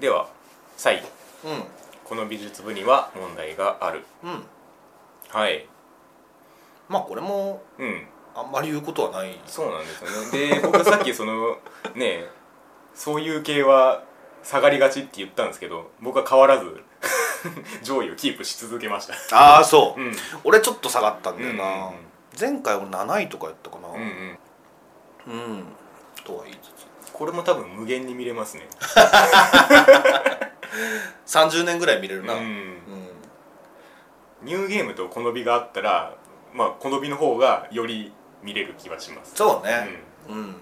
では3位うこの美術部には問題があるんうんはいまあこれもうんあんまり言うことはないそうなんですよねで僕さっきその ねそういう系は下がりがちって言ったんですけど僕は変わらず 上位をキープし続けましたああそう、うん俺ちょっと下がったんだよな、うんうんうん前回俺7位とかやったかなうんうんうん、とは言いつこれも多分無限に見れますねつ30年ぐらい見れるうな、うんんニューゲームとこの美があったらまあこの美の方がより見れる気はしますそううねんうん、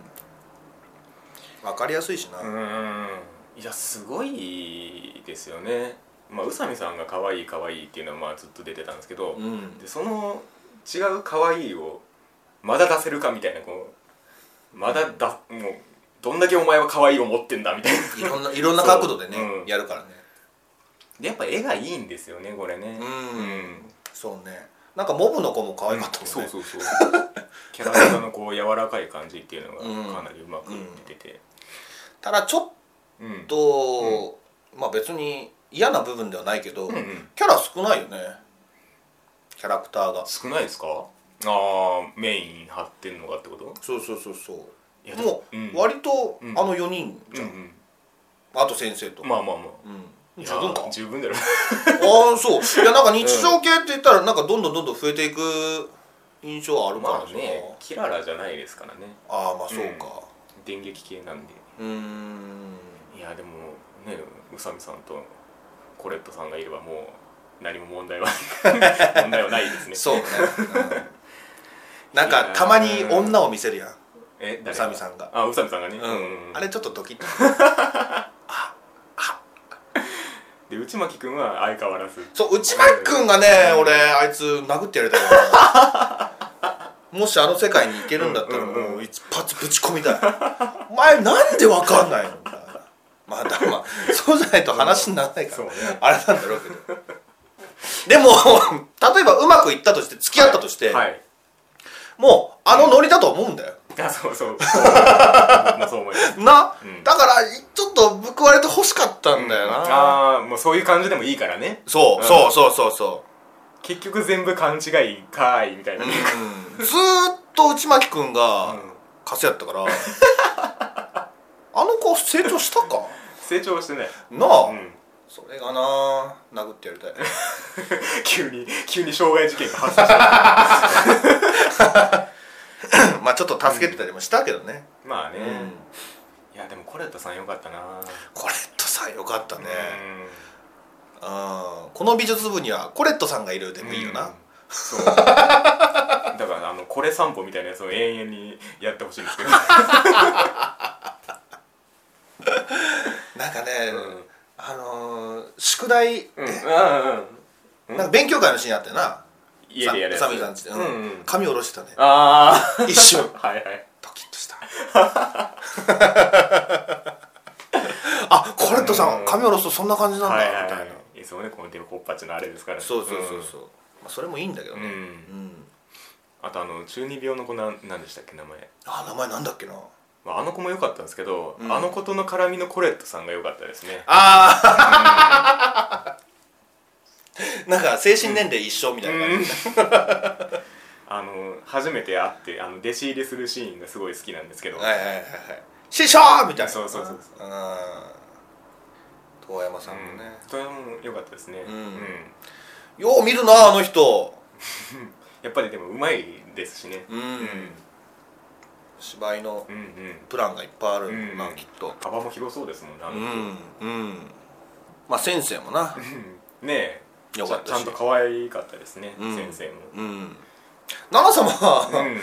分かりやすいしな、うーんいやすごいですよねまあ宇佐美さんが可愛い可愛いっていうのはまあずっと出てたんですけど、うんでその違う可愛いをまだ出せるかみたいなこうまだだもうどんだけお前は可愛いを持ってんだみたいないろんないろんな角度でね、そううんやるからねでやっぱ絵がいいんですよねこれねう、うんそうねなんかモブの子も可愛かったもんね、そうそうそうキャラクターのこう柔らかい感じっていうのうんがかなりうまく出ててただちょっうん、うんと、まあ別に嫌な部分ではないけど、うんキャラ少ないよねキャラクターが少ないですかああメイン張ってんのがってことそうそうそうそいやうもうんう割とあうんの4人うじゃん、んあと先生と、うんまあまあまうあんい十や分か十分だろああそういやなんか日常系って言ったらなんかどんどんどんどん増えていく印象はあるからまさあ ねキララじゃないですからねああまあそうか電撃系なんでうんいやでもね宇佐美さんとコレットさんがいればもう何も問題は 問題はないですねそうね、 うんなんかたまに女を見せるやんえ宇誰佐美さんがあ宇佐美さんがねうん、あれちょっとドキッとで内巻君は相変わらずそう内巻君がねうん俺あいつ殴ってやりたいから もしあの世界に行けるんだったらうんうんうんもう一発ぶち込みたいお前なんでわかんないのみたいなまあだからまあそうじゃないと話にならないから、そうねあれなんだろうけどでも例えばうまくいったとして付き合ったとして、はいもうあのノリだと思うんだよあそう そうそうもうそう思いますな、うんだからちょっと報われてほしかったんだよな、ああもうそういう感じでもいいからねそううんそうそうそうそう結局全部勘違いかーいみたいなねずーっと内巻君うがんカスやったからあの子成長したか成長してないなあ、 うんそれがな殴ってやりたい 急に急に傷害事件が発生したまあちょっと助けてたりもしたけどね、 まあねうんいやでもコレットさんよかったなコレットさんよかったね、うんうん、この美術部にはコレットさんがいるでもいいようんな、そう だからあのこれ散歩みたいなやつを永遠にやってほしいんですけどなんかね、うんあのー宿題、うんうんうんなんか勉強会のシーンあったよな家でやるやつサミさんちで、うんうんうん髪下ろ してたねああ一瞬 はいはいドキッとした あコレットさうんん髪下ろすとそんな感じなんだ、はいはいみたいはないいつもねこのデコッパチのあれですからねそうそうそうそう、まあ、それもいいんだけどうん、ねうんうん、あとあの中二病の子なんなんでしたっけ名前あ名前なんだっけなまああの子も良かったんですけど、うんあの子との絡みのコレットさんが良かったですねああなんか精神年齢一緒みたいな感じ、あの初めて会ってあの弟子入りするシーンがすごい好きなんですけど、はいはいはいはい師匠みたいなそうそうそううん遠山さんもね、うんそれも良かったですねうんうんよう見るなあの人やっぱりでもうまいですしねうん、芝居のうんうんプランがいっぱいあるんだな、うんきっと幅も広そうですもんねあのうんうんまあ先生もなねえよかったしちゃんちゃんと可愛かったですね、うん先生もうん奈々様、うん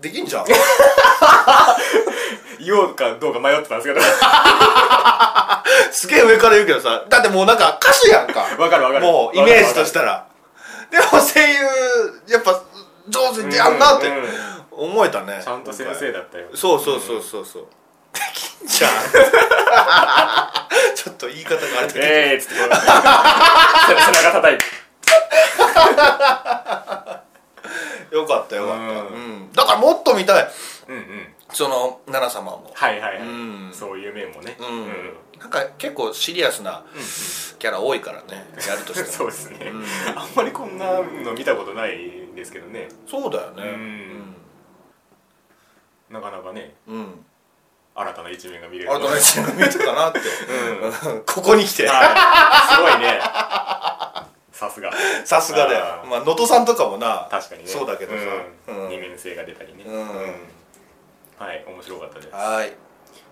できんじゃん言おうかどうか迷ってたん ですけどすげえ上から言うけどさだってもうなんか歌手やんかわかるわかるもうイメージとしたららでも声優やっぱ上手にやんなって思えたね、ちゃんと先生だったよそうそうそうそうそう、できんじ ゃんちょっと言い方があれだけど、ええっつってこう 背中叩いてよかったよかった、ううんだからもっと見たいうんうんその奈々様もはいはいはい、うんそういう面もねうん、なんか結構シリアスなキャラ多いからねやるとしても そうですね、うんあんまりこんなの見たことないですけどねそうだよねなかなかねうん、うん、新たな一面が見れる新たな一面が見てたなってうん ここに来てはいすごいねさすがさすがだよあーまあ能登さんとかもな確かにねそうだけどさ、うんうん二面性が出たりね、うんはい面白かったですはーい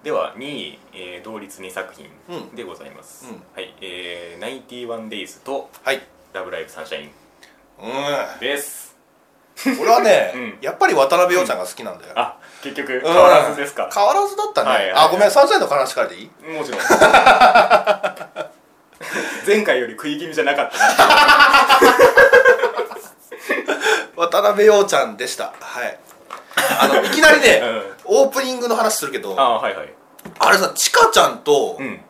では2位、えー同率2作品でございます、うんはいえー、91 days とはいラブライブサンシャインうですん俺はね、 うんやっぱり渡辺陽ちゃんが好きなんだよ、あ結局うん変わらずですか、変わらずだったね、はいはいはいあごめんサンシャインの話からでいいもちろん 前回より食い気味じゃなかったな渡辺陽ちゃんでしたはい あのいきなりね、うんオープニングの話するけどあああーはいはいれさちかちゃんとうん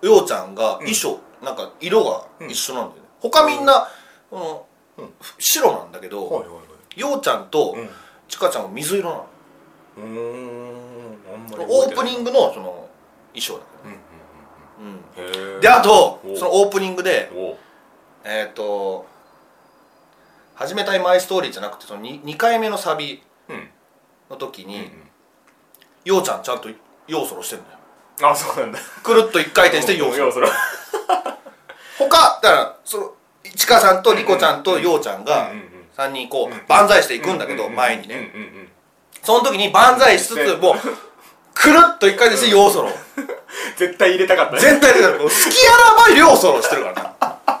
陽ちゃんが衣装、なんか色が一緒なんだよね、他みんな、この白なんだはけいどはいはい陽、ちゃんとうんちかちゃんは水色なのうーんあんまりオープニグングのその衣装だかうんうんら、うんうんうんへえであとおうそのオープニングでおうえっ、と「始めたいマイストーリー」じゃなくてその 2, 回目のサビうんの時うんうに、んようちゃんちゃんとようそろしてんだよあそうなんだくるっと1回転してようそろ要素他だからそのちかさんとりこちゃんとようちゃんがうんうんうん3人こうんう万歳していくんだけど前にね、うんうんうんその時に万歳しつつもうくるっと1回転してようそろ絶対入れたかったね全体でもう好きやらばようそろしてるから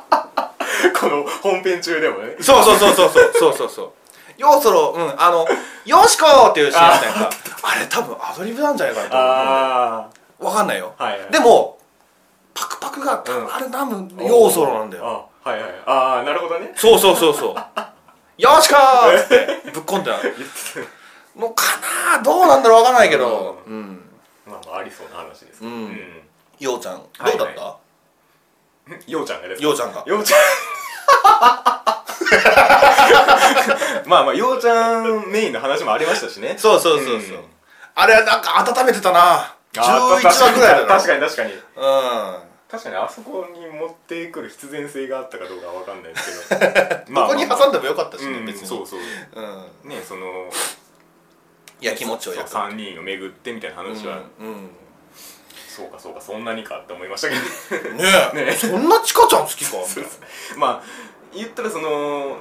なこの本編中でもねそうそうそうそうそうそうそうそうようそろうんあの「よしこ!」っていうシーンみたいなあれ多分アドリブなんじゃないかなと思うんだよねあわかんないよ、あはいはいでもパクパクが、うんあれ多分要素なんだよあはいはいああなるほどねそうそうそうそう「よしかー!」ってぶっこんでたのかなーどうなんだろうわかんないけどうん、まあまあありそうな話ですうんんようちゃんどうだはいった、はいようちゃんがですかようちゃんがようちゃん まあまあようちゃんメインの話もありましたしねそうそうそうそう、うんあれはなんか温めてたな11あー話ぐらいだな確かに確かに確かにうん確かにあそこに持ってくる必然性があったかどうかは分かんないですけど ここに挟でんでもよかったしね、うん別にそうそううん、ねそのいや気持ちをやく3人を巡ってみたいな話は、うんうんそうかそうかそんなにかって思いましたけど ねえねえそんなチカちゃん好きかみたいなまあ言ったらその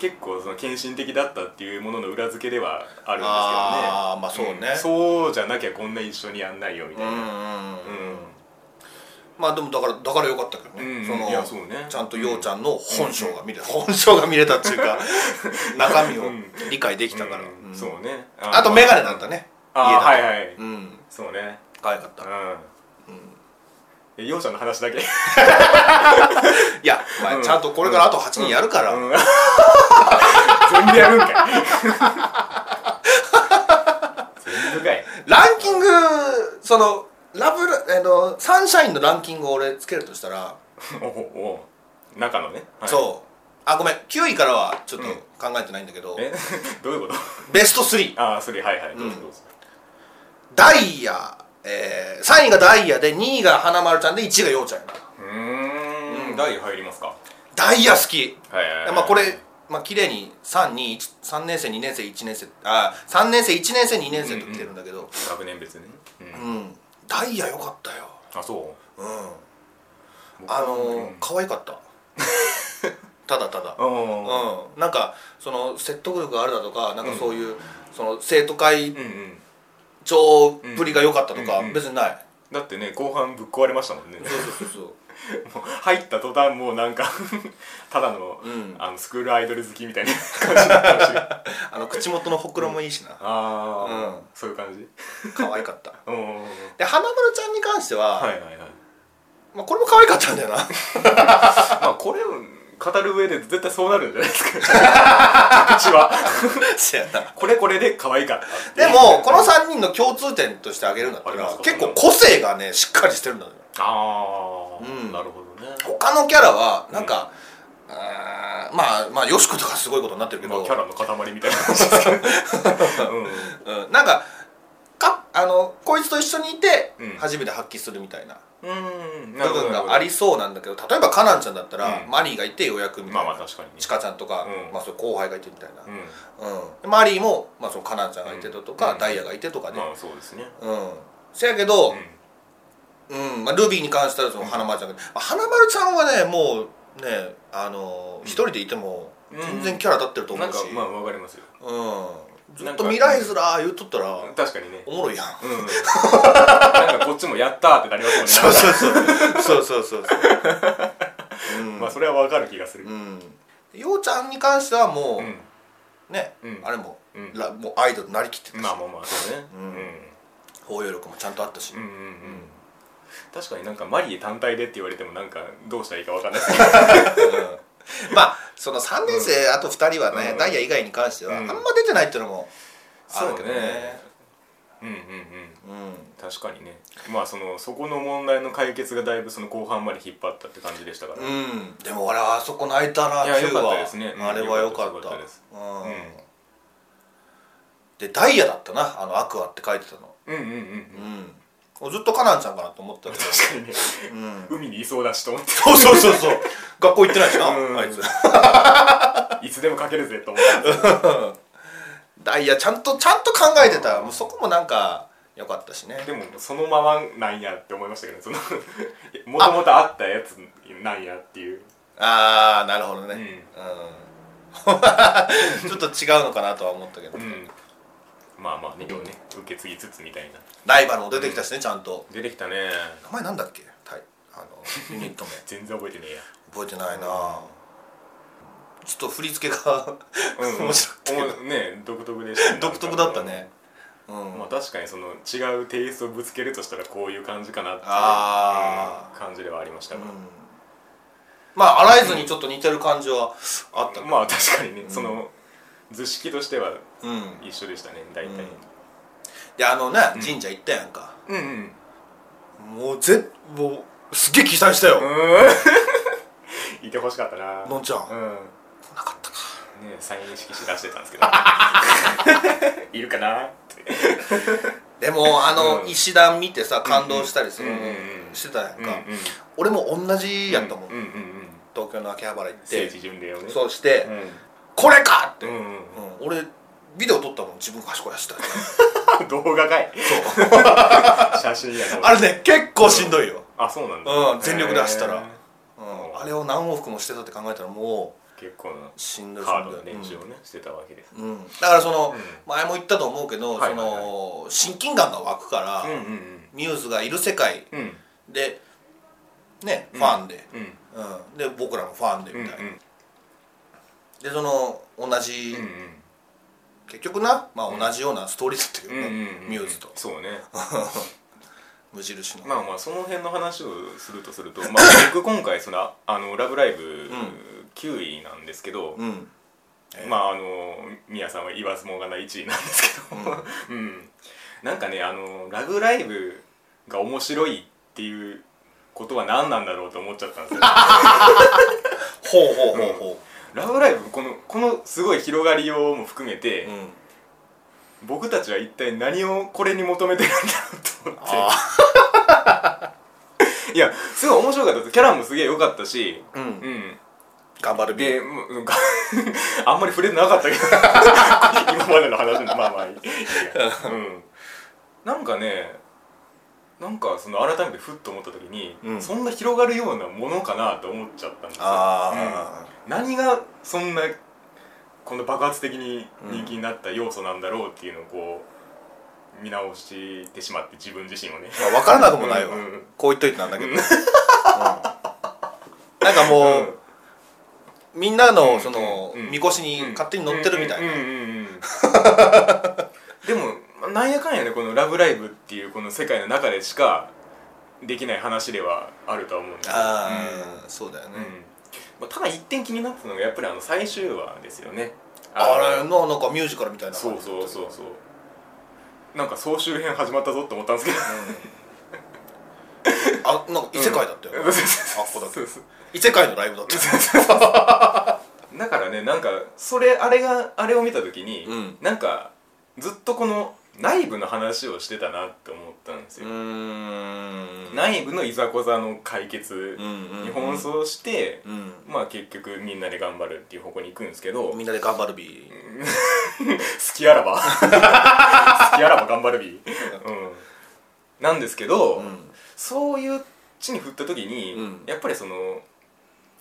結構その献身的だったっていうものの裏付けではあるんですけどねあーまあそうねんそうじゃなきゃこんな一緒にやんないよみたいなうんうんうんまあでもだからだからよかったけどね、うんそのいやそうねちゃんとようちゃんの本性が見れた、本性が見れたっていう か中身をうん理解できたかうら、んうんそうねあと眼鏡だったねあー家だはいはい、うんそうね可愛かったいうん、ようちゃんの話だけや、まうあ、んちゃんとこれからあと8人やるから、うん全部やるんかい全部かいランキングそのラブラえのサンシャインのランキングを俺つけるとしたら、おおお中のね、はいそうあごめん9位からはちょっとうん考えてないんだけど、えどういうことベスト3ああそれはいはいどうぞうんどうぞ、ダイヤ、えー、3位がダイヤで2位が花丸ちゃんで1位がようちゃんやなうーん台入りますかダイヤ好き、はいはいはいまあこれまあ綺麗に323年生2年生1年生あ3年生1年生2年生と来てるんだけど学年別ね、うんうん、ダイヤ良かったよあそううん僕あのーうん可愛かった ただただうんうんなんかその説得力があるだとかなんかそういう、その生徒会うんうん長ぶりが良かったとか、うんうん別にないだってね後半ぶっ壊れましたもんね そうそうそうそうもう入った途端もうなんか ただの,、うんあのスクールアイドル好きみたいな 感じになってました あの口元のほくろもいいしな、ああ、うんそういう感じ可愛かったうんうんうんで花丸ちゃんに関しては、はいはいはいまあ、これも可愛かったんだよな まあこれを語る上で絶対そうなるんじゃないです か口は そうやなこれこれで可愛かったっていでうもこの3人の共通点として挙げるんだったありまらすか結構個性がねしっかりしてるんだよああ、うんなるほどね他のキャラはなんか、あーまあまあよしことかすごいことになってるけま ど、あキャラの塊みたいな感じですけどうんうん、なんかかああのこいつと一緒にいてうん初めて発揮するみたいなうーんなる部ほど分なるほがどありそうなんだけど例えばカナンちゃんだったら、うんマリーがいてようやくみたまあいまあな確かにねチカちゃんとか、うんまあ、その後輩がいてみたいな、うんうんマリーも、まあ、そのカナンちゃんがいてとか、うんダイヤがいてとかねまあそうですねうんせやけど、ううんまあ、ルビーに関してはその花丸ちゃんが、まあ花丸ちゃんはねもうねあのー一人でいてもうん全然キャラ立ってるとんな思んうかし、まあわかりますようん、ずなっんとか未来ずらー言っとったら、確かにねおもろいやんうんなんかこっちもやったーってなりますもそんうねそうそうそうそうそうそううん、まあそれはわかる気がするうんようちゃんに関してはもう、うんね、うんあれも、うんらもうアイドルになりきってたし、まあまあまあそうねうん包容力もちゃんとあったし、うんうんうんううんん確かになんかマリエ単体でって言われてもなんかどうしたらいいかわかんないで すうんまあその3年生、あと2人はね、うんダイヤ以外に関しては、うんあんま出てないっていうのもあそうるけどねねうんうんうんうん確かにねまあそのそこの問題の解決がだいぶその後半まで引っ張ったって感じでしたから、うん、でも俺はあそこ泣いたないや Q はよかったですねうんあれはよかったよかったですうんうんでダイヤだったなあの「アクア」って書いてたのうんうんうんうんうんずっとカナンちゃんかなと思ったけ ど、確かにねうん、海にいそうだしと思っそうそうそうそう 学校行ってないしな、うんあいつていつでもかけるぜと思ったんですけどダイヤちゃんとちゃんと考えてたもうそこもなんかよかったしねでもそのままなんやって思いましたけどねその もともとあったやつなんやっていうああなるほどうねんうん ちょっと違うのかなとは思ったけど、うんまあまあね今日ね受け継ぎつつみたいなライバルも出てきたしねちゃんと出てきたね名前なんだっけタイあのユニット名全然覚えてねえや覚えてないなぁちょっと振り付けが面白くておもね独特でしたね独特だったねうん、まあ確かにその違うテイストをぶつけるとしたらこういう感じかなっていうあ感じではありましたうが、んまあアライズにちょっと似てる感じはあったまあ確かにね、その図式としてはうん一緒でしたね大体、であのね神社行ったやんか、うん、うんもうぜもうすっげえ期待したよ、うんいてほしかったなのんちゃんうん来なかったかね再認識し出してたんですけ どいるかなってでもあの、うん石段見てさ感動したりする、うんうんうんしてたやんか、うんうん俺も同じやったもん、うんうんうん東京の秋葉原行っ聖て地巡礼をねそうして、うん、これかって、うんうんうん俺ビデオ撮ったもん自分端っこやしたうん、動画かいそう 写真やなあれね結構しんどいよ、あそうなんだ、うん全力で走ったらへーうんあれを何往復もしてたって考えたらも結構なうしんどいしカんードのどい練習をね、してたわけですうん、うんだからその、うん前も言ったと思うけど、はいはいはいその親近感が湧くから、うんうんミューズがいる世界うんうんでねファンで、うんうんで僕らもファンでうんみたいな、でその同じ、うん結局な、まあ、同じようなストーリーだったけどうんね、うんうんミューズとそうね無印の、まあまあその辺の話をするとすると、まあ、僕今回その「あのラブライブ!」9位なんですけど、うんえまああの宮さんは言わずもがな1位なんですけど、うんなんかねあの「ラブライブ!」が面白いっていうことは何なんだろうと思っちゃったんです よほうほうほうほラブライブこのこのすごい広がりようも含めて、う、うん僕たちは一体何をこれに求めてるんだろうと思っあていやすごい面白かったですキャラもすげえ良かったしあ、うんう、ん頑張るビーでもううん あんまり触れてなか ったけど今までの話のまあまあいいいいやうんなんかねなんかその改めてふっと思った時に、うんそんな広がるようなものかなと思っちゃったんですよあうん何がそんなこの爆発的に人気になった要素なんだろうっていうのをこう見直してしまって自分自身をねあ、まあ、分からなくもないわ、うんうんこう言っといてなんだけど、うんなんかもう、みんなのその、うんうんみこしに勝手に乗ってるみたいな、うんうんうんうんでもなんやかんやねこの「ラブライブ!」っていうこの世界の中でしかできない話ではあるとは思うんですよああ、そうだよね、うんうんまあ、ただ一点気になったのがやっぱりあの最終話ですよねあれのなんかミュージカルみたいなそ感うじそうそうそうなんか総集編始まったぞって思ったんですけどあなんか異世界だったよ、そうそうそうあここだけそうそう異世界のライブだったよだからねなんかそれあれがあれを見た時に、うんなんかずっとこの内部の話をしてたなって思ったんですうよ、ーん内部のいざこざの解決うんうんうんに奔走して、うんまあ結局みんなで頑張るっていう方向に行くんですけど、好みんなで頑張るビきあら ば好きあらば頑張るび、うん、なんですけど、ーそういう地に振った時に、うんやっぱりその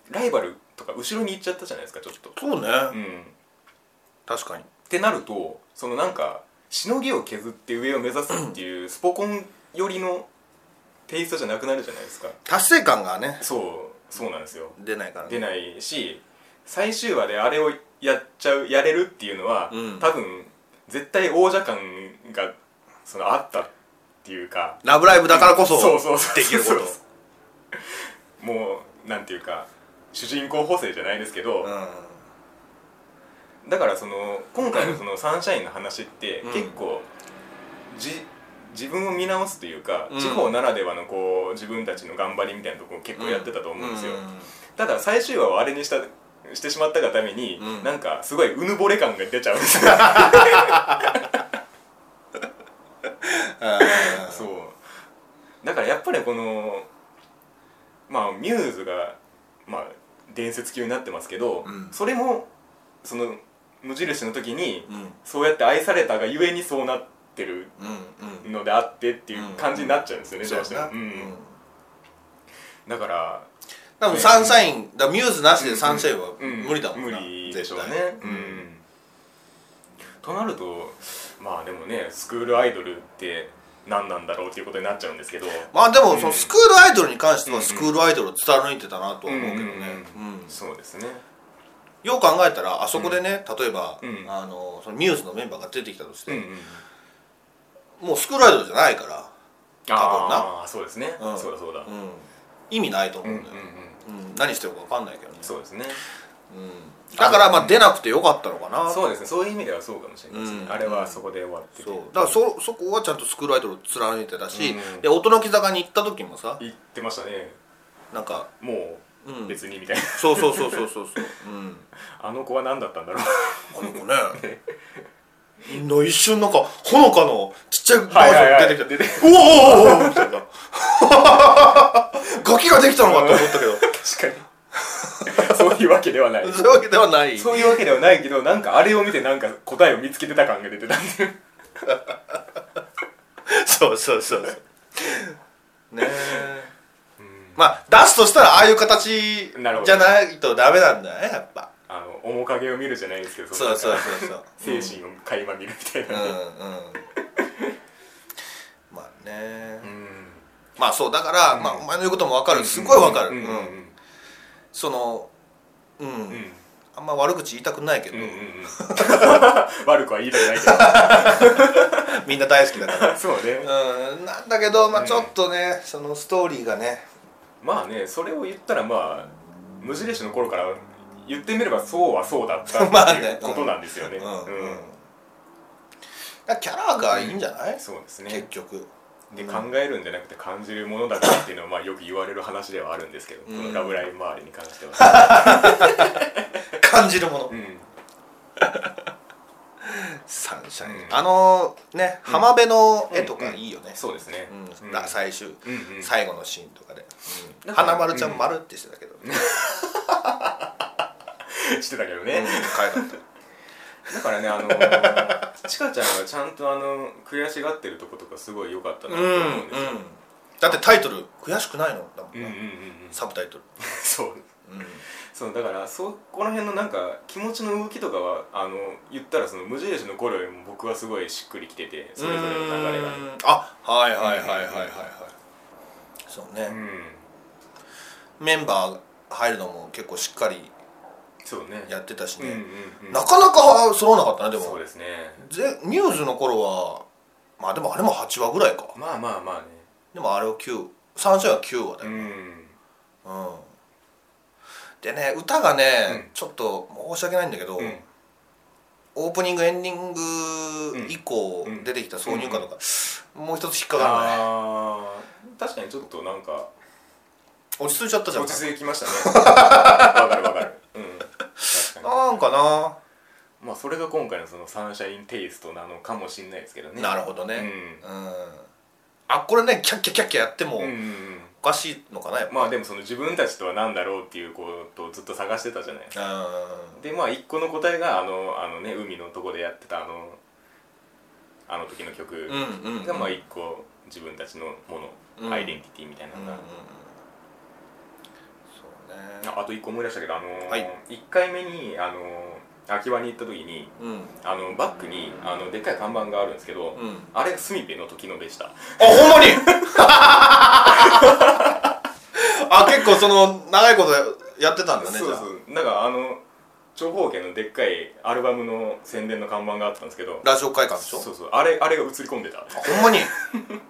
ライバルとか後ろに行っちゃったじゃないですかちょっと。そうねうん、確かにってなるとそのなんかしのぎを削って上を目指すっていうスポコン寄りのテイストじゃなくなるじゃないですか達成感がねそうそうなんですよ出ないから出ねないし最終話であれをやっちゃうやれるっていうのは、うん多分絶対王者感がそのあったっていうかラブライブだからこそそうそうそうできるこそうそうそうもうなんていうか主人公補正じゃないですけど、とうんだからその今回のそのサンシャインの話ってうん結構じ自分を見直すというか、うん地方ならではのこう自分たちの頑張りみたいなところを結構やってたと思うんですよ、うただ最終話をあれにしたしてしまったがために、うんなんかすごいうぬぼれ感が出ちゃうんです よあーそうだからやっぱりこのまあミューズがまあ伝説級になってますけど、うんそれもその無印の時にうんうんそうやって愛されたがゆえにそうなってるうんのであってっていう感じになっちゃうんですよね、どうしてそもうやな、ううんんだから多分サンシャインだからミューズなしでサンシャインはうん無理だもんな無理でし絶ょう対ねうん、となるとまあでもねスクールアイドルって何なんだろうっていうことになっちゃうんですけどまあでもうんそのスクールアイドルに関してうはんスクールアイドルを貫いてたなとは思うけどねううんそうですねよう考えたらあそこでね例えばうんあのそのミューズのメンバーが出てきたとしうん、うてん、もうスクールアイドルじゃないからああそうですね、うんそうだそうだうん意味ないうとんう思うんんうんだようん何してるか分かんないけどねそうですねうんだからまあ出なくてよかったのかなそうですねそういう意味ではそうかもしれないですね、うんあれはそこで終わっててそうだからそそこはちゃんとスクールアイドルを貫いてたし、うんで音の木坂に行った時もさ言ってましたねなんか、もう、うん別にみたいな、そうそうそうそうそうそう、うん、あの子は何だったんだろう あの子ねの一瞬なんかほのかのちっちゃいバージョン出出てきた、てきおおおおみたいな ガキができたのかと思ったけど確 かにそういうわけではないそういうわけではないそういうわけではないけどなんかあれを見てなんか答えを見つけてた感が出てたんでそうそうそうそうねえまあ出すとしたらああいう形なるほどじゃないとダメなんだよねやっぱ あの面影を見るじゃないですけどそうそうなんかそうそ 精う神を垣間見るみたういんなうねんまあね、うんまあそうだから、まあお前の言うこともわかる、すごいわかる、うんうんそのうん、うんうんあんま悪口言いたくないけど、うんうん うん悪くは言いたくないけみんな大好きだかどそうねらうんなんだけどまうあんちょっとね、そのストーリーがねまあねそれを言ったらまあ無印の頃から言ってみればそうはそうだった まあっていねうことなんですよねうんうん、うんだからキャラがいいんじゃない、そうですね結局でうん考えるんじゃなくて感じるものだからっていうのはまあよく言われる話ではあるんですけど、んこの「ラブライブ!」周りに関しては、感じるもの、うん、サンシャイン、うんあのね浜辺の絵とかいいよね、そうですね、うんうんだ最終、うんうん最後のシーンとかで、だから花丸ちゃうんん丸ってしてたけど、うん、かしてたけどね、わいかっただからねあの ーちかちゃんがちゃんとあの悔しがってるとことかすごい良かったなと思うんですよ、だってタイトル「悔しくないの?」だもうんんな、 うんうんうん、サブタイトル、そううん、そうだからそこら辺のなんか気持ちの動きとかはあの言ったらその無印の頃よりも僕はすごいしっくりきててそれぞれの流れがねうーんあはいはいはいはいはいはいそうね、うんメンバー入るのも結構しっかりそうねやってたしうんね、うんうんなかなか揃わなかったねでもそうですねぜニュースの頃はまあでもあれも8話ぐらいかまあまあまあねでもあれを9三者は9話だうよ、んうんでね歌がね、うんちょっと申し訳ないんだけど、うんオープニングエンディング以降うん出てきた挿入歌とか、もう一つ引っかかるんだねあー確かにちょっとなんか落ち着いちゃったじゃん 落ち着いてきましたねわかるわかるうん確かになんかなまあそれが今回のそのサンシャインテイストなのかもしれないですけどねなるほどねうん、あこれねキャッキャキャッキャやってもうんうんうおんかしいのかなやっぱまあでもその自分たちとは何だろうっていうことをずっと探してたじゃないですかうでまあ一個の答えがあのあのね海のとこでやってたあのあの時の曲んうんうんがまあ一個自分たちのもの、うんアイデンティティみたいなうんのうが、んうんそうねああと一個思い出したけどあのー、はい1回目にあのー秋葉に行った時にうんあのバックにあのでっかい看板があるんですけど、うんあれがスミペの時のでしたあほんまに あ結構その長いことやってたんだねそうじゃあそうなんかあの長方形のでっかいアルバムの宣伝の看板があったんですけどラジオ会館でしょそうそうあれあれが映り込んでたあほん まに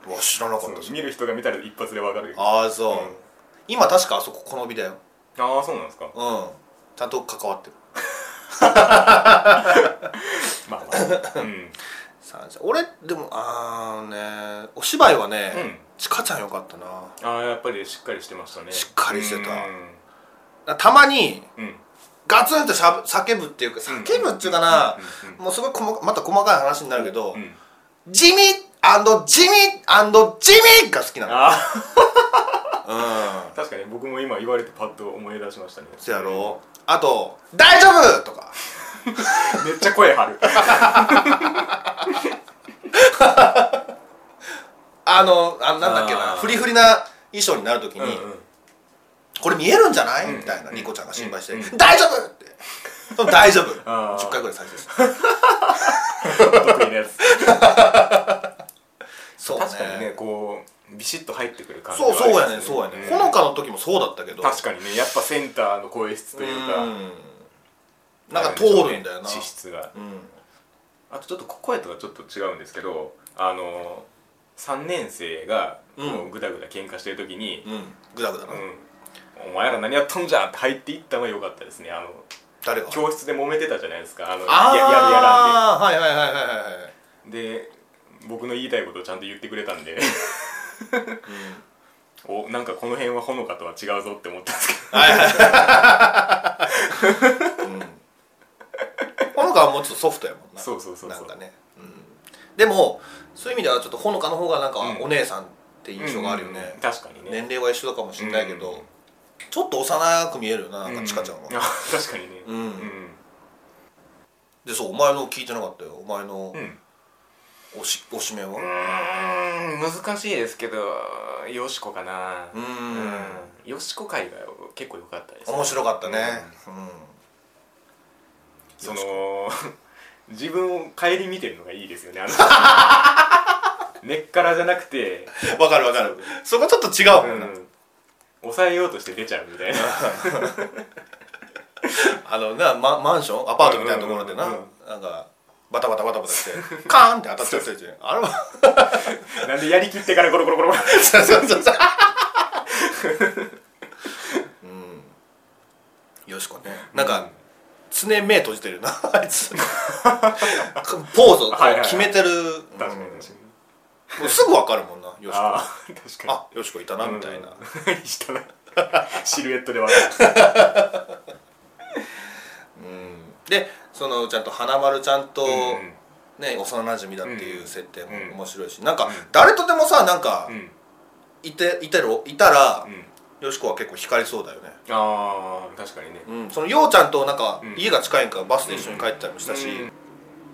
うわ知らなかそったのです見る人が見たら一発でわかるああそう、うん今確かあそここのびだよああそうなんですかうんちゃんと関わってるまあまあうんさあ俺でもあーねお芝居はね、うんちかちゃんよかったなああやっぱりしっかりしてましたねしっかりしてたうんたまにうんガツンとしゃぶ叫ぶっていうか叫ぶっていうかな、うんもうすごい細かまた細かい話になるけど、うん地味地味地味が好きなのああうん確かに僕も今言われてパッと思い出しましたねそやろあと「大丈夫!」とかめっちゃ声張るあのあなんだっけあなーフリフリな衣装になるときに、うんうんこれ見えるんじゃない?」みたいなうんニコちゃんが心配してうん「大丈夫!」って「その大丈夫!」 あー10回ぐらい再生した 得意なやつそう確かにねこうビシッと入ってくる感じそうそうやねそうやね、ほのかかの時もそうだったけど確かにねやっぱセンターの声質というかうんなんか通るんだよな資質がうんあとちょっと声とはちょっと違うんですけどあの3年生がこううグダグダ喧嘩してる時にうんグダグ「ダうなんお前ら何やっとんじゃ!」って入っていったのが良かったですねあの誰が教室で揉めてたじゃないですかあのあーややるやらんではいはいはいはいはいはいで僕の言いたいことをちゃんと言ってくれたんで、 おなんかこの辺はほのかとは違うぞって思ったんですけほのかはもうちょっとソフトやもんなそうそうそうなそうんかね、うん、でもそういう意味ではちょっとほのかの方がなんかうんお姉さんってど印象があるよね、うん確かにね年齢は一緒だかもしれないけど、うんちょっと幼く見えるよななんうかちかちゃんは、あ 確かにねうんうんでそうお前の聞いてなかったよお前のうんおしおしめは、うーん難しいですけどよしこかなううーんんよしこ会が結構良かったです面白かったねうん、その 自分を顧みてるのがいいですよねあの 根っからじゃなくて、わかるわかるそこちょっと違ううもんな、ん、抑えようとして出ちゃうみたいなあのな、ま、マンションアパートみたいなところでな、うんうんなんかバタバタバタバタしてカーンって当たっちゃったやつやんあれはなんでやりきってからゴロゴロゴロゴロそうそうそうそう。 うん。よしこね。なんか、常目閉じてるな、 あいつ。ポーズをこはいはいはうい決めてる。確かにうん確かにもうすぐわかるもんな、よしこ。ああ、あ確かよしこいたな、にみたいな。うん したなシルエットで分かるで、その、ちゃんと花丸ちゃんと、うんね、幼馴染だっていううん設定もうん面白いし、なんか、誰とでもさ、なんかう、んいて、いてる、いたらう、んよしこは結構光りそうだよね。ああ確かにねうん、そのようちゃんとなんかうん家が近いんかバスで一緒に帰ったりもしたし、うん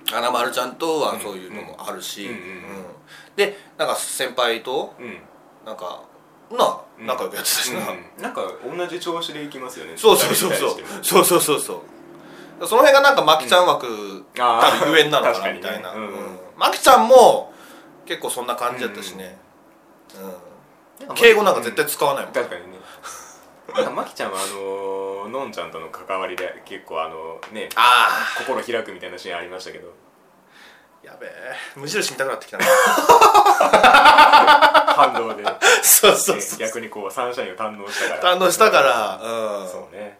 花丸ちゃんとうはんそういうのもあるし、うんうんでなんか先輩とうんなんかなうん仲良くやってたしな、うんなんか同じ調子でいきますよねそうそうそうそう二人に対してそうそうそうそうその辺がなんかマキちゃん枠、あー多分ゆえんなのか 確かなにみねたいな、うんうんうんマキちゃんも結構そんな感じだったしね、うんも敬語なんか絶対使わないもん、確かにねなんかまきちゃんはあのーのんちゃんとの関わりで結構あのねあ心開くみたいなシーンありましたけどあやべえ無印見たくなって きたな反動でねそう そうそう逆にこうサンシャインを堪能したから 堪能したから、うん、そうね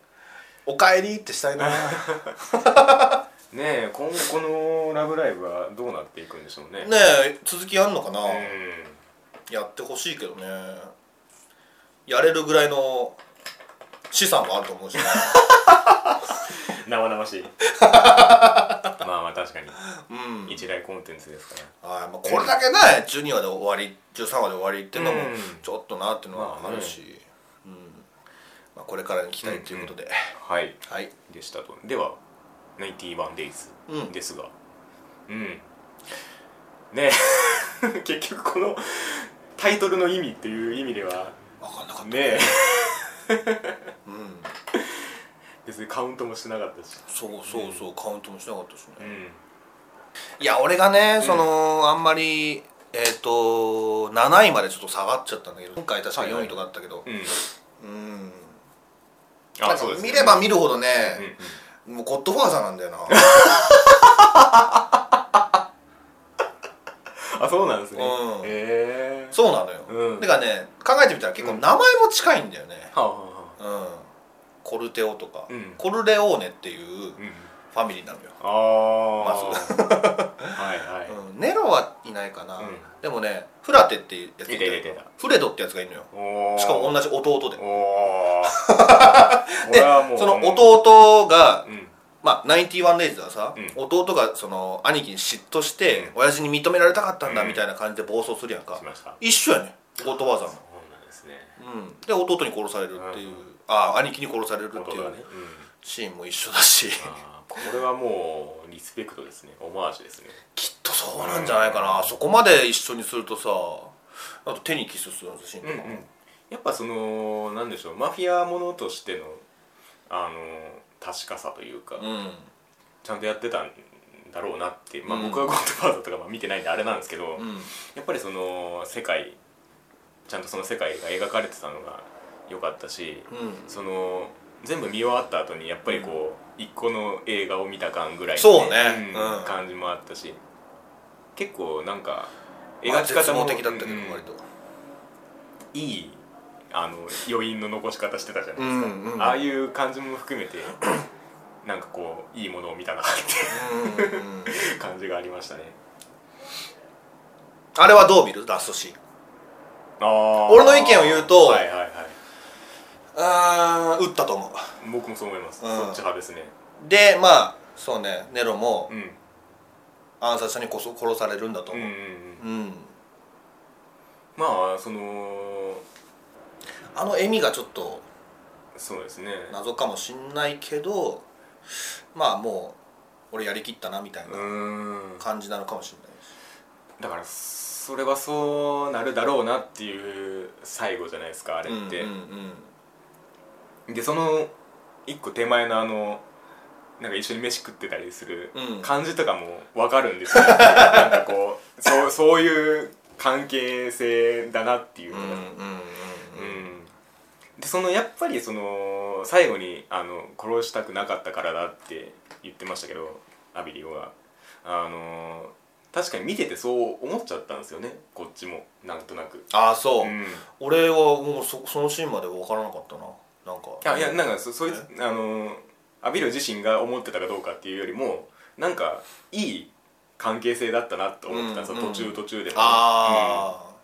おかえりってしたいなねえ今後この「ラブライブ!」はどうなっていくんでしょうねねえ続きあんのかな、うやってほしいけどねやれるぐらいの資産もあると思うしねん生々 しいまあまあ確かにうん一大コンテンツですからはいまあ、これだけね12話で終わり13話で終わりってのもうんちょっとなっていうのはまああねるし、うんまあ、これからに期待ということで、はいはいでしたとでは 91days うんですがうん、ね え結局このタイトルの意味っていう意味では分かんなかった、ねえうん、別にカウントもしてなかったしそうそうそう、カウントもしなかったしうね、んいや俺がねその、あんまりえっ、と7位までちょっと下がっちゃったんだけど今回確かはいはい4位とかあったけど、うんうんあなんかそうですね見れば見るほどね、うんうんもうゴッドファーザーな んだよなあそうなんですねうんへえそうなのよ、うんだからね考えてみたら結構名前も近いんだよね、はあはあはあうん、コルテオとか、うんコルレオーネっていうフうんァミリーなのよ、ああまずはいはい、うん、ネロはいないかな、うんでもねフラテっていうやつがいいたいてたいたフレドってやつがいるのよおーしかも同じ弟でおお でその弟が、うんまあ、91レイズはさ、うん弟がその兄貴に嫉妬して、親父に認められたかったんだみたいな感じで暴走するやんか、しました一緒やねゴッドファーザーもそうなんですねうん、で弟に殺されるっていう、うんああ兄貴に殺されるってい弟うがね、うんシーンも一緒だし あーこれはもうリスペクトですねオマージュですねきっとそうなんじゃないかな、そこまで一緒にするとさあと手にキスするシーンとか、やっぱそのなんでしょうマフィアものとしてのあの確かさというか、うんちゃんとやってたんだろうなって、まあ、うん僕は「ゴッドファーザー」とかまあ見てないんであれなんですけど、うんやっぱりその世界ちゃんとその世界が描かれてたのが良かったし、うんその全部見終わった後にやっぱりこう、一個の映画を見た感ぐらいのそうねうんうん感じもあったし結構なんかまあ描き方も、絶望的だったけど、うん割といいあの余韻の残し方してたじゃないですか、うんうんああいう感じも含め てなんかこういいものを見たなってうんうん いう感じがありましたねあれはどう見るラストシーンあー俺の意見を言うとはいはいはいあー打ったと思う僕もそう思います、うんそっち派ですねでまあそうねネロもうん暗殺者にこそ殺されるんだとうんう思んううんうん、まあそのあの笑みがちょっとそうですね謎かもしんないけどまあもう俺やりきったなみたいうなーん感じなのかもしんないしだからそれはそうなるだろうなっていう最後じゃないですかあれって、うんうんでその一個手前のあのなんか一緒に飯食ってたりするうん感じとかも分かるん ですよ、なんかこうそうそういう関係性だなっていううのんうんが、うんうんでそのやっぱりその最後にあの殺したくなかったからだって言ってましたけどアビリオがあの確かに見ててそう思っちゃったんですよねこっちもなんとなく、ああそうう、ん、俺はもうそそのシーンまで分からなかったななんかあいやなんかそそいつあのアビル自身が思ってたかどうかっていうよりもなんかいい関係性だったなと思ってたんですよ、うんう途ん中途中でも、ああ、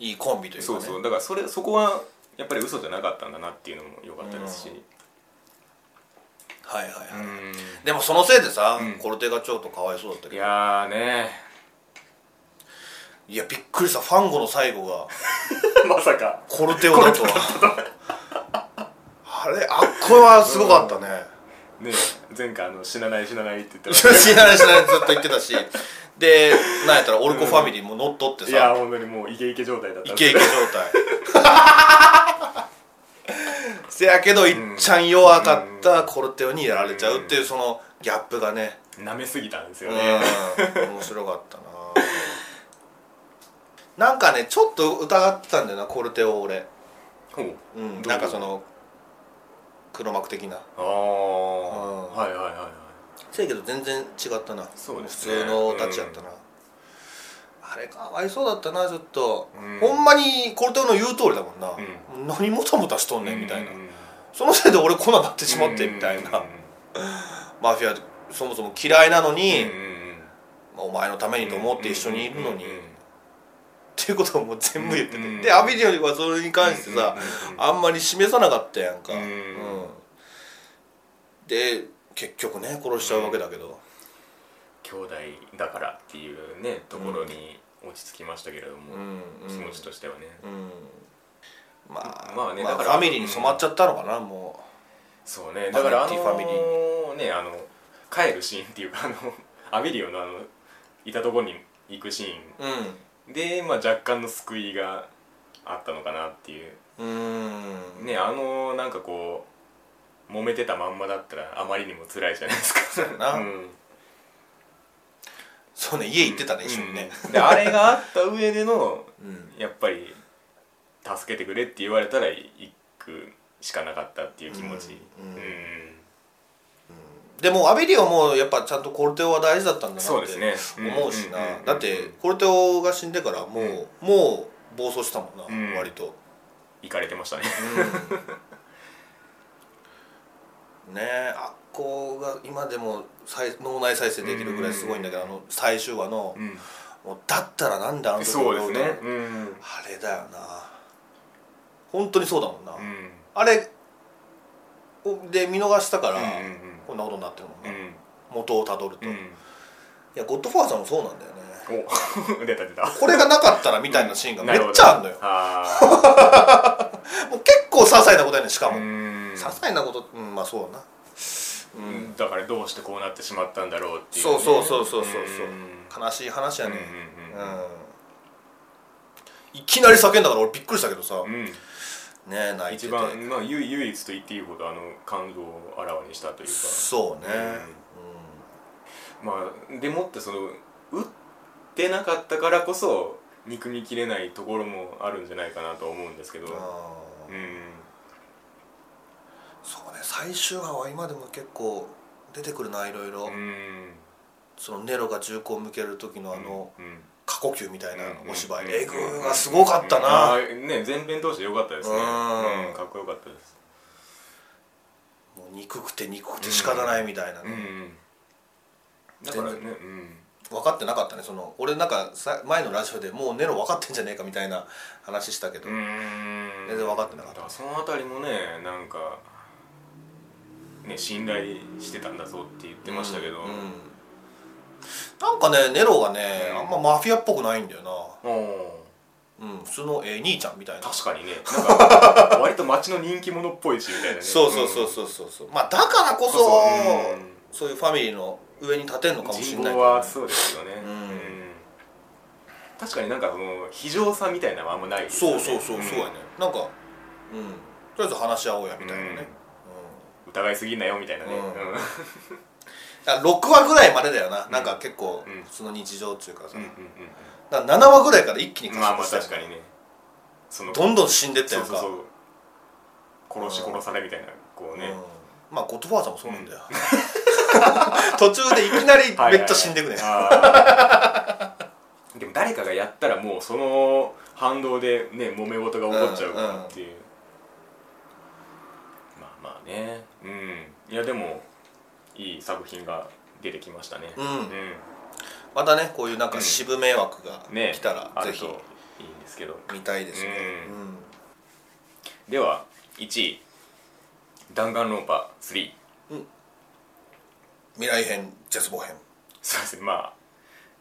いいコンビとういんうか、そね、うそうだからそれそこはやっぱり嘘じゃなかったんだなっていうのも良かったですし、はいはいはい、うんでもそのせいでさ、うんコルテがちょっとかわいそうだったけいどいややー ねびっくりしたファンゴの最後 がまさかコルテオだとはあれあっこれはすごかったね、ね前回あの死なない死なないって言ってま し知らない知らないずっと言ってたしでなんやったらオルコファミリーも乗っ取ってたいやさ、ー本当にもうイケイケ状態だったイケイケ状 態せやけどいっちゃん弱かったコルテオにやられちゃうっていうそのギャップがね舐めすぎたんですよね、うん面白かったななんかねちょっと疑ってたんだよなコルテオ俺、ほううん、どうなんかその黒幕的なああ、はいはいはいはいせやけど全然違ったなそうですね普通のたちやったな、あれかわいそうだったなちょっと、うんほんまにコルテオの言う通りだもんな、う何もたもたしとんねんみたいな、うんうんうんそのせいで俺こんなんなってしまってみたいな、うんマフィアそもそも嫌いなのうんに、うんうんまあお前のためにと思って一緒にいるのに、うんうんうんっていうことをもう全部言ってて、うんうんうんでアビリオはそれに関してさ、うんうんうんあんまり示さなかったやんか、うんで結局ね殺しちゃうわけだけど、兄弟だからっていうねところに落ち着きましたけれども、うんうん気持ちとしてはね、うんまあ、まあねだからファミリーに染まっちゃったのかな、もそうねだからあのマネティファミリねあの帰るシーンっていうかあのアビリオのあのいたところに行くシううんーンで、まあ、若干の救いがあったのかなっていううーんねあのなんかこう揉めてたまんまだったらあまりにも辛いじゃないですか うなうんそうね家行ってたね一緒にね、うんであれがあった上でのうんやっぱり助けてくれって言われたら行くしかなかったっていう気持ちうんうんうんでもアベリオもやっぱちゃんとコルテオは大事だったんだなそうっですてね思うしな、んだってコルテオが死んでからもう、もう暴走したもんな、うん割と、行かれてましたね ねえあっこが今でも再脳内再生できるぐらいすごいんだけど、あの最終話の、もうだったらなんであの時 そうです俺をねうんあれだよな本当にそうだもんな、うんあれをで見逃したから、うんうんこんなことになってるもうんね、ん元をたどると、ういんやゴッドファーザーもそうなんだよねお 出た出たこれがなかったらみたいなシーンがめっちゃあんのよあもう結構些細なことやねんしかも、些さ細なことうんまあそうだなうん、だからどうしてこうなってしまったんだろうっていうねそうそうそうそうそうそうん悲しい話やねうんううんんいきなり叫んだから俺びっくりしたけどさうねんえ泣いて一て番、まあ、唯唯一と言っていいほどあの感動をあらわにしたというかそうねまあでもってその打ってなかったからこそ憎みきれないところもあるんじゃないかなと思うんですけどうんあうーんそうね最終話は今でも結構出てくるないろいろうんそのネロが銃口を向ける時のあのうん過呼吸みたいなお芝居うんえぐーがすごかったなあーね全編通して良かったですねうんうんかっこよかったですもう憎くて憎くて仕方ないみたいなうねんだからねうん分かってなかったねその俺なんかさ前のラジオでもうネロ分かってんじゃねえかみたいな話したけど、うん全然分かってなかっただらそのあたりもねなんかね信頼してたんだぞって言ってましたけどうんなんかねネロがね、うんあんまマフィアっぽくないんだよな、おーうん、普通の、えー兄ちゃんみたいな確かにねなんか割と町の人気者っぽいしみたいなねそうそうそうそうそうそうまあだからこそそうそううんそういうファミリーの上に立てんのかもし人れないけ望どはそうですよねうん確かになんかその非常さみたいなのはあんまないですよそうねそうそうそうやね、なんかうんとりあえず話し合おうやみたいなね、うんうんうん疑いすぎんなよみたいなねうんうんだから6話ぐらいまでだよな、なんか結構うん普通の日常っていうかさ、うんだから7話ぐらいから一気にうんうんまあまあ加速確したかよにねそのどんどん死んでったそやうんそうかそう殺し殺されみたいなこうねうんまあゴッドファーザーもそうなんだよ 途中でいきなはいはりいはいめっちゃ死んでくねあーでも誰かがやったらもうその反動でね揉め事が起こっちゃうからっていう、まあまあねうんいやでもいい作品が出てきましたねうんまたねこういうなんか渋迷惑がうんね来たらあぜるひといいんですけど見たいですねううんでは1位弾丸論破3未来編絶望編そうですねまあ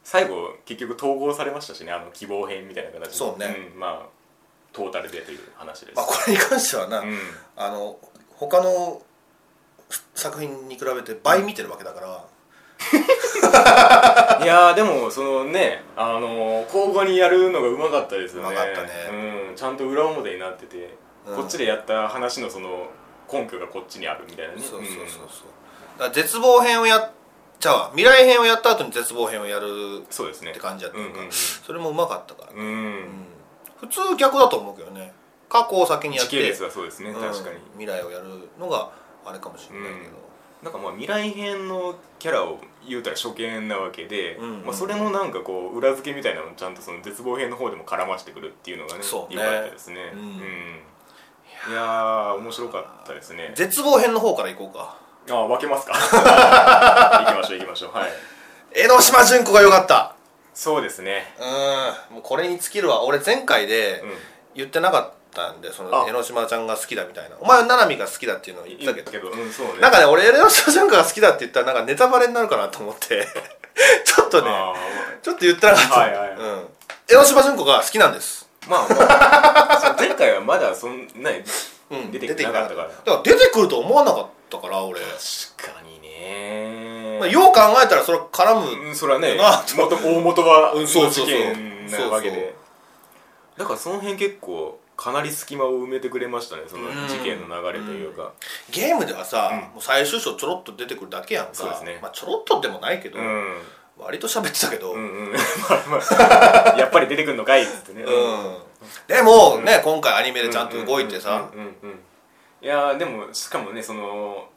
最後結局統合されましたしねあの希望編みたいな形でそうね、んまあトータルでという話です、まあこれに関してはなうんあの他の作品に比べて倍見てるわけだからいやーでもそのねあのー交互にやるのがうまかったですよねうまかったねうん、ちゃんと裏表になってて、うんこっちでやった話のその根拠がこっちにあるみたいなねそうそうそうそうんだから絶望編をやっちゃうわ未来編をやった後に絶望編をやるそうですねって感じやったうのんうんかそれもうまかったからねうん、うん普通逆だと思うけどね過去を先にやっ時て系列はそうですね、うん確かに未来をやるのがあれかもしれないけど、なんかまあ未来編のキャラを言うたら初見なわけで、うんうんまあ、それのなんかこう裏付けみたいなのをちゃんとその絶望編の方でも絡ましてくるっていうのがねそうよねかったですね、うんいやー面白かったですね絶望編の方からいこうかあ分け ますか行きましょう行きましょうはい江ノ島純子が良かったそうですねうーんもうこれに尽きるわ俺前回でうん言ってなかっったんでそあの江ノ島ちゃんが好きだみたいなお前は七海が好きだっていうのを言ってたけどけどうんそうねなんかね俺江ノ島ちゃんが好きだって言ったらなんかネタバレになるかなと思って ちょっとねあちょっと言ってなかった、はいはいはいうん、江ノ島純子が好きなんです、ーまあまあそう前回はまだそんなにうん、出てきてなかったからだから出てくると思わなかったから俺、確かにねまあ、よう考えたらそれ絡む、うんそれはねまあちょ元大元はうんのそうそうそう事件なわけそうそうでだからその辺結構かなり隙間を埋めてくれましたねその事件の流れというかゲームではさ、うんもう最終章ちょろっと出てくるだけやんかそうですねまあ、ちょろっとでもないけど、うん割と喋ってたけど、ううんんうん まあまあやっぱり出てくるのかいっつってねでもね、今回アニメでちゃんと動いてさ、うんうんうんうんいやーでもしかもねその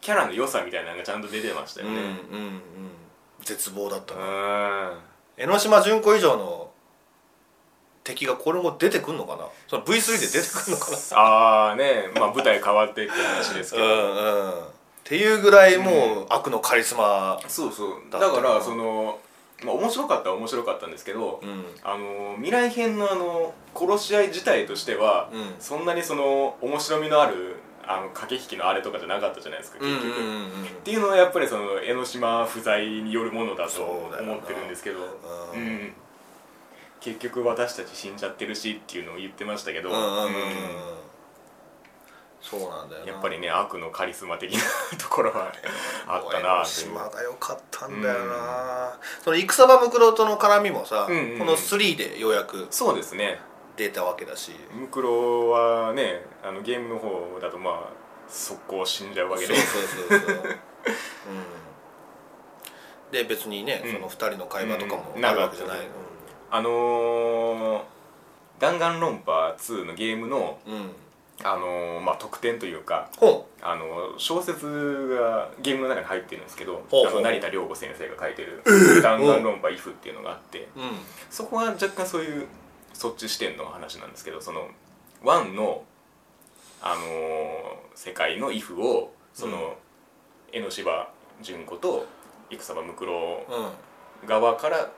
キャラの良さみたいなのがちゃんと出てましたようんうんうねん絶望だったうな、ん江ノ島純子以上の敵がこれも出てくんのかなその V3 で出てくんのかなああねまあ舞台変わってって話ですけうどんうんっていうぐらいもう悪のカリスマそうそうだだったなからその、まあ、面白かったは面白かったんですけど、うんあの未来編のあの殺し合い自体としては、うんそんなにその面白みのあるあの駆け引きのあれとかじゃなかったじゃないですかうんう結ん局、うんっうんていうのはやっぱりその江ノ島不在によるものだとそうだよな思ってるんですけどうんん結局私たち死んじゃってるしっていうのを言ってましたけど、うんうんうんうんうんそうなんだよなやっぱりね悪のカリスマ的なところはあったなという島が良かったんだよな、その戦場ムクロとの絡みもさ、うんうんうんこの3でようやくそうですね出たわけだしムクロはねあのゲームの方だとまあ速攻死んじゃうわけでそうそうそうそう、うん、で別にね、うんその2人の会話とかもうんあるわけじゃないなかあのー「弾丸論破2」のゲームの、うん、うん、あのーまあ、特典というか、ほあのー小説がゲームの中に入ってるんですけどほうほうあの成田涼子先生が書いてる「弾丸論破 IF」っていうのがあってううんそこは若干そういうそっち視点の話なんですけどその1の、あのー世界の IF をその、江ノ島純子と戦場ムクロうん側から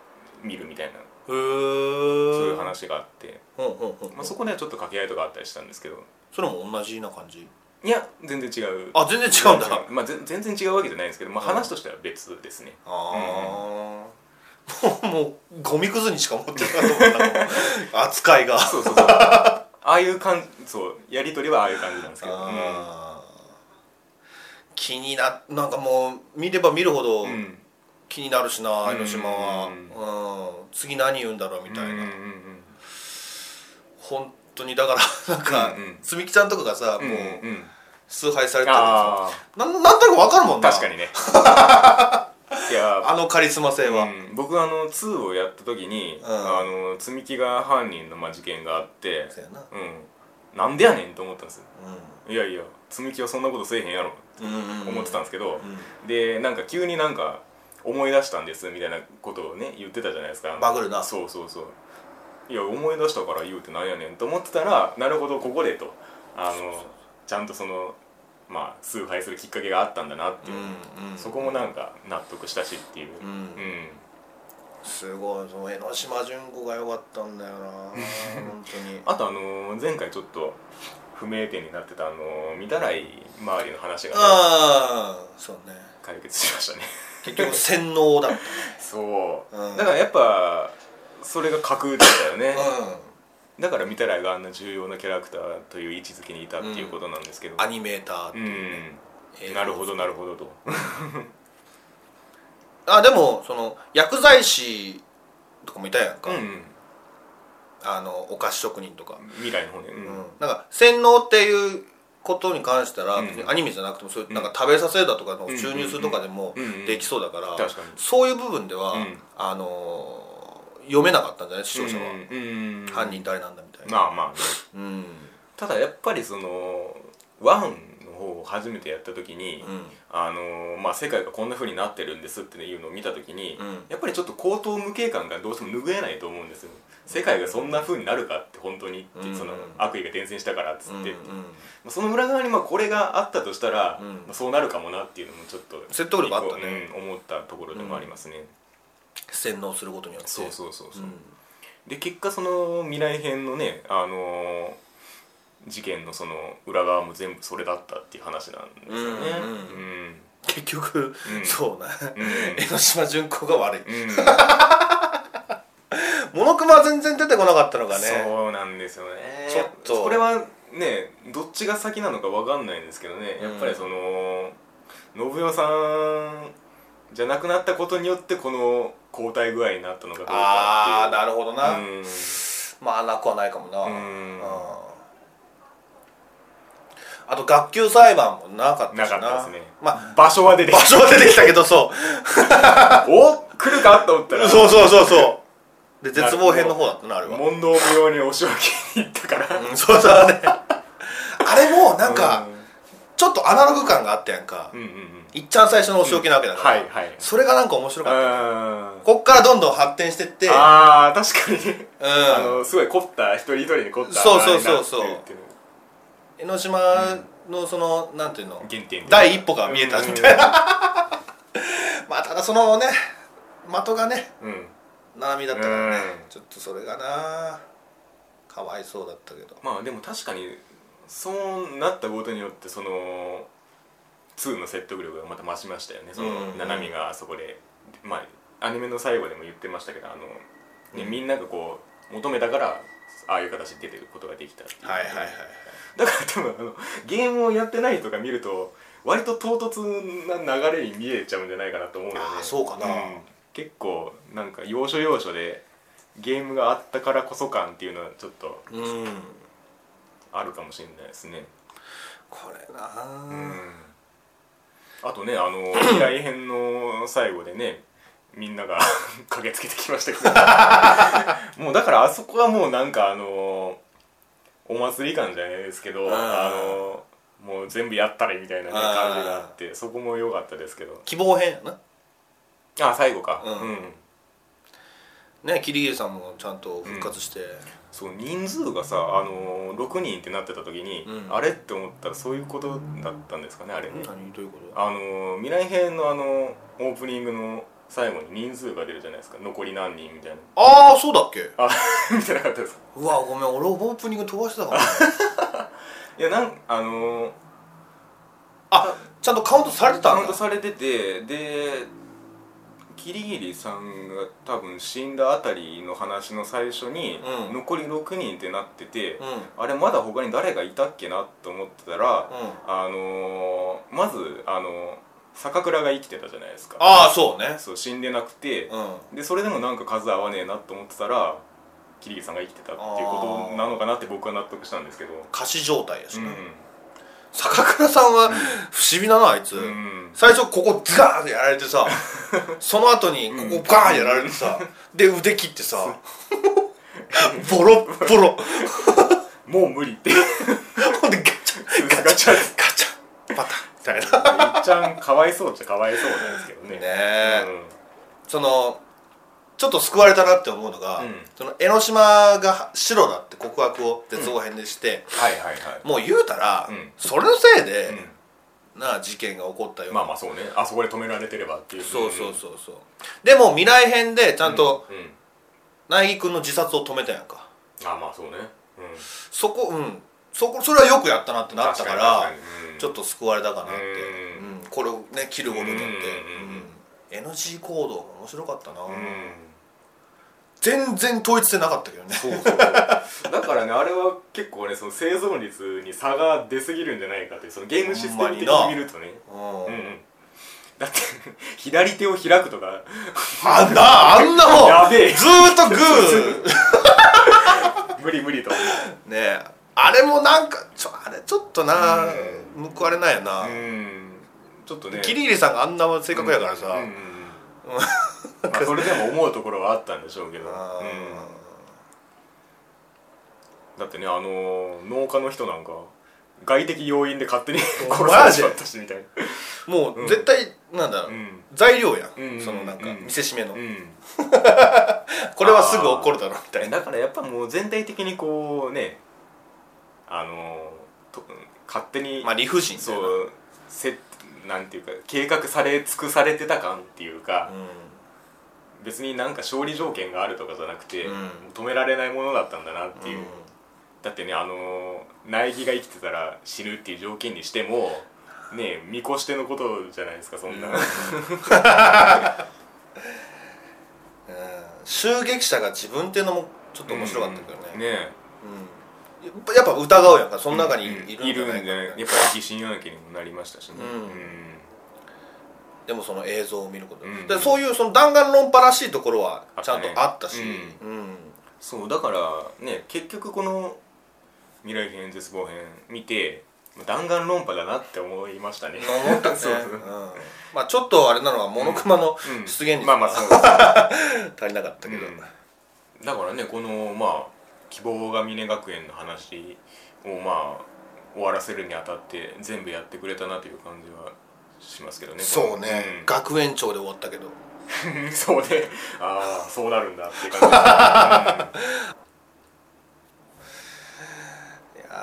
見るみたいなへーそういう話があって、ほうほうほうまあ、そこではちょっと掛け合いとかあったりしたんですけどそれも同じな感じいや全然違うあ全然違うんだまあ、ぜ全然違うわけじゃないんですけど、まあ、うん話としては別ですね、ああ、もうもうゴミくずにしか持ってなかったも んな扱いがそうそうそう ああいう感じそうやり取りはああいう感じなんですけど、うんあー気にななんかもう見れば見るほどうん気になるしな、江ノ島は、ううん次何言うんだろうみたいうな、んうんうん本当にだから なんかうんうんつみきちゃんとかがさ、うんもううんうん崇拝されてるんであすよなんなんとなくわかるもあんな確かに ねいやあのカリスマ性は、うん僕あの2をやった時に、んあの積み木が犯人のまあ事件があってそうやなうんなんでやねんと思ったんですよういやいや積み木はそんなことせえへんやろんうんうん思ってたんですけど、うでなんか急になんか思い出したんですみたいなことをね言ってたじゃないですかバグるなそうそうそういや思い出したから言うてなんやねんと思ってたらなるほどここでとあのちゃんとそのまあ崇拝するきっかけがあったんだなっていう、うんうんそこもなんか納得したしっていう、うんうんすごいその江ノ島純子が良かったんだよな本当に あとあのー前回ちょっと不明点になってたあのー見習い周りの話が、ね、ああそうね解決しましたね結局洗脳だっそう、うんだからやっぱそれが格でしたよねた、うん、だから見たらがあんな重要なキャラクターという位置づけにいたっていうことなんですけど、アニメーターってういん、うね、映像なるほどなるほどとあでもその薬剤師とかもいたやんか、うんうんあのお菓子職人とか、未来の方ねううんん、なんか洗脳っていうことに関したらうん別にアニメじゃなくてもそういうなんか食べさせるだとかのうん注入するとかでもうんうんできそうだから、確かにそういう部分では、うんあのー読めなかったんじゃない視聴者は、うんうん犯人誰なんだみたいな、まあまあねうんただやっぱりそのワンの方を初めてやった時に、うんあのまあ、世界がこんな風になってるんですっていうのを見た時に、うんやっぱりちょっと高等無形感がどうしても拭えないと思うんですよ世界がそんな風になるかって本当にって、うんその悪意が伝染したからっつっうんて、うんまあその裏側にまあこれがあったとしたら、うんまあそうなるかもなっていうのもちょっと説得力あったね一個うん思ったところでもありますね、洗脳することによってそうそうそうそう、うんで結果その未来編のねあのー事件のその裏側も全部それだったっていう話なんですよねうんうんうん結局、うんそうね、うん江ノ島純子が悪い うんモノクマは全然出てこなかったのがねそうなんですよねちょっとこれはねどっちが先なのかわかんないんですけどねやっぱりその、信代さんじゃなくなったことによってこの交代具合になったのかどうあかあっていうなるほどな、うんまあなくはないかもなうんうんあと学級裁判もなかったしなかったですねまあ場所は出て場きた所は出てきたけどそうお来るかと思ったらそうそうそうそうで絶望編の方だったなあれは問答無用にお仕置きに行ったからうんそうだねあれもなんかうんちょっとアナログ感があったやんか、うんうんうんいっちゃん最初のお仕置きなわけだから、はいはいそれがなんか面白かっあたこっからどんどん発展してってうあー確かにねんあのすごい凝った一人一人に凝ったそうそうそうそうあれになってるってい江ノ島のその、なんていうの原点第一歩が見えたみたいな、な まあただそのね的がねうんうん七海だったからね、うんちょっとそれがなかわいそうだったけどまあでも確かにそうなったことによってその2の説得力がまた増しましたよねそのうんうん七海があそこでまあアニメの最後でも言ってましたけどあの、ねうんみんながこう求めたからああいう形で出てることができたっていうはいはいはいだから多分あのゲームをやってない人が見ると割と唐突な流れに見えちゃうんじゃないかなと思うので、あーそうかな結構なんか要所要所でゲームがあったからこそ感っていうのはちょっとうんあるかもしれないですねこれなうん、あとねあの未来編の最後でねみんなが 駆けつけてきましたけ どもうだからあそこはもうなんかあのお祭り感じゃないですけどんあのもう全部やったれみたいなね、感じがあってそこも良かったですけど希望編やなあ最後かうんね桐生さんもちゃんと復活して、そう人数がさ、あの6人ってなってた時に、うんあれって思ったらそういうことだったんですかねあれ、何どういうことあのー未来編のあのオープニングの最後に人数が出るじゃないですか残り何人みたいな ああそうだっけあみたいなかったですかうわごめん俺オープニング飛ばしてたかもいやなんあのー あちゃんとカウントされてたカんだウントされててでキリギリさんが多分死んだあたりの話の最初に、うん残り6人ってなってて、うんうんあれまだ他に誰がいたっけなと思ってたら、あのーまずあのー坂倉が生きてたじゃないですかああそうねそう死んでなくて、うんでそれでもなんか数合わねえなと思ってたら桐木さんが生きてたっていうことなのかなって僕は納得したんですけど歌詞状態やしうんな、坂倉さんは不思議だなあいつ、うん最初ここズガーンってやられ てさその後にここガーンやられてさ、で腕切ってさ ボロッボ ロもう無理ってほんでガチャガチャガチャパタンみたいなっちゃんかわいそうっちゃかわいそうなんですけどねねえ、そのちょっと救われたなって思うのが、うんその江ノ島が白だって告白を絶望編でして、はいはいはいもう言うたら、うんそれのせいで、うなあ事件が起こったよ、んまあまあそうねあそこで止められてればっていうそうそうそうそうでも未来編でちゃんとうん、うん苗木君の自殺を止めたやんかあまあそうねうんそこうんそこそれはよくやったなってなったから確に確かにうんちょっと救われたかなって、ううんこれをね切ることによって、うんうん NG 行動も面白かったな、うん全然統一性なかったけどねそうそうそうだからねあれは結構ねその生存率に差が出すぎるんじゃないかっていうそのゲームシステム的に見るとねううんうんんだって左手を開くとかあんなあんなもんやべえずーっとグー無理無理と思うねえあれもなんかちょあれちょっとな報われないよな、うんちょっとねキリギリさんがあんな性格やからさ、うんうんうんまあそれでも思うところはあったんでしょうけど、あーうんだってねあのー農家の人なんか外的要因で勝手に 殺されちゃったしみたいなもうんう絶対なんだろう、うん材料やん、うんそのなんかうん見せしめの、うんこれはすぐ怒るだろみたいなだからやっぱもう全体的にこうねあのと勝手に、まあ理不尽だそよなうせなんていうか計画され尽くされてた感っていうか、別になんか勝利条件があるとかじゃなくて、うん止められないものだったんだなっていう、うんだってねあの苗木が生きてたら死ぬっていう条件にしてもねえ見越してのことじゃないですかそんな、うんうん襲撃者が自分っていうのもちょっと面白かったけどねね,、えうんやっぱやっぱ疑うやんかその中にうんいるんじゃないかみたいなやっぱり疑心暗鬼にもなりましたしねうんでもその映像を見ること、うんでそういうその弾丸論破らしいところはあっちゃたんねとあったしうんそうだからね結局この「未来編絶望編」見て弾丸論破だなって思いましたね思った ねそうそううんまあちょっとあれなのはモノクマのうん出現率まあまあそうだ足りなかったけど、うんからねこのまあ希望が峰学園の話をまあ終わらせるにあたって全部やってくれたなという感じはしますけどねそうね、学園長で終わったけどうん そうねああそうなるんだっていう感じ、いや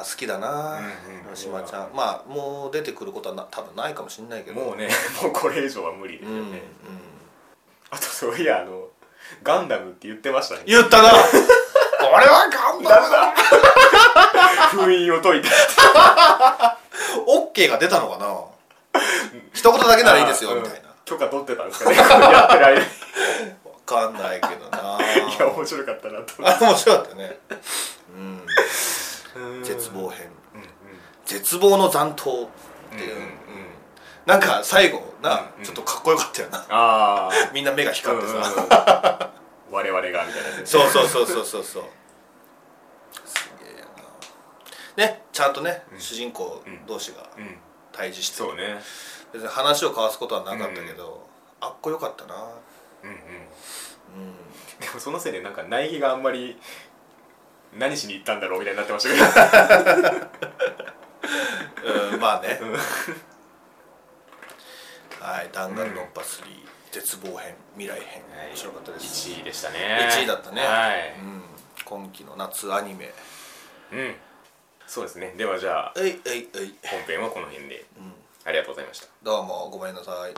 ー好きだな、うんうん広島ちゃんまあもう出てくることはな多分ないかもしれないけうんどもうねもうこれ以上は無理ですうよん、ね、うん、あとそういやあのガンダムって言ってましたね言ったな俺は頑張る封印を解いてオッケーが出たのかな一言だけならいいですよみたいなうん許可取ってたんですかねやって ないいわかんないけどなや面白かったなと思っあ面白かったねうんて絶望編うんうん絶望の残党っていう、うんうんうんなんか最後な、うんうんちょっとかっこよかったよなああみんな目が光ってさ、我々がみたいなやつそうそうそうそうそうそうすげえやなねちゃんとね、うん主人公うん同士がうん対峙して、そうね別に話を交わすことはなかったけど、あっこよかったなうんうんうんでもそのせいでなんか苗木があんまり何しに行ったんだろうみたいになってましたけどうんまあねうん はい「弾丸論破3、絶望編未来編」面白かったです1位でしたね1位だったね、はいうん、今期の夏アニメうんそうですねではじゃあえいえいえい、本編はこの辺でうん、ありがとうございましたどうもごめんなさい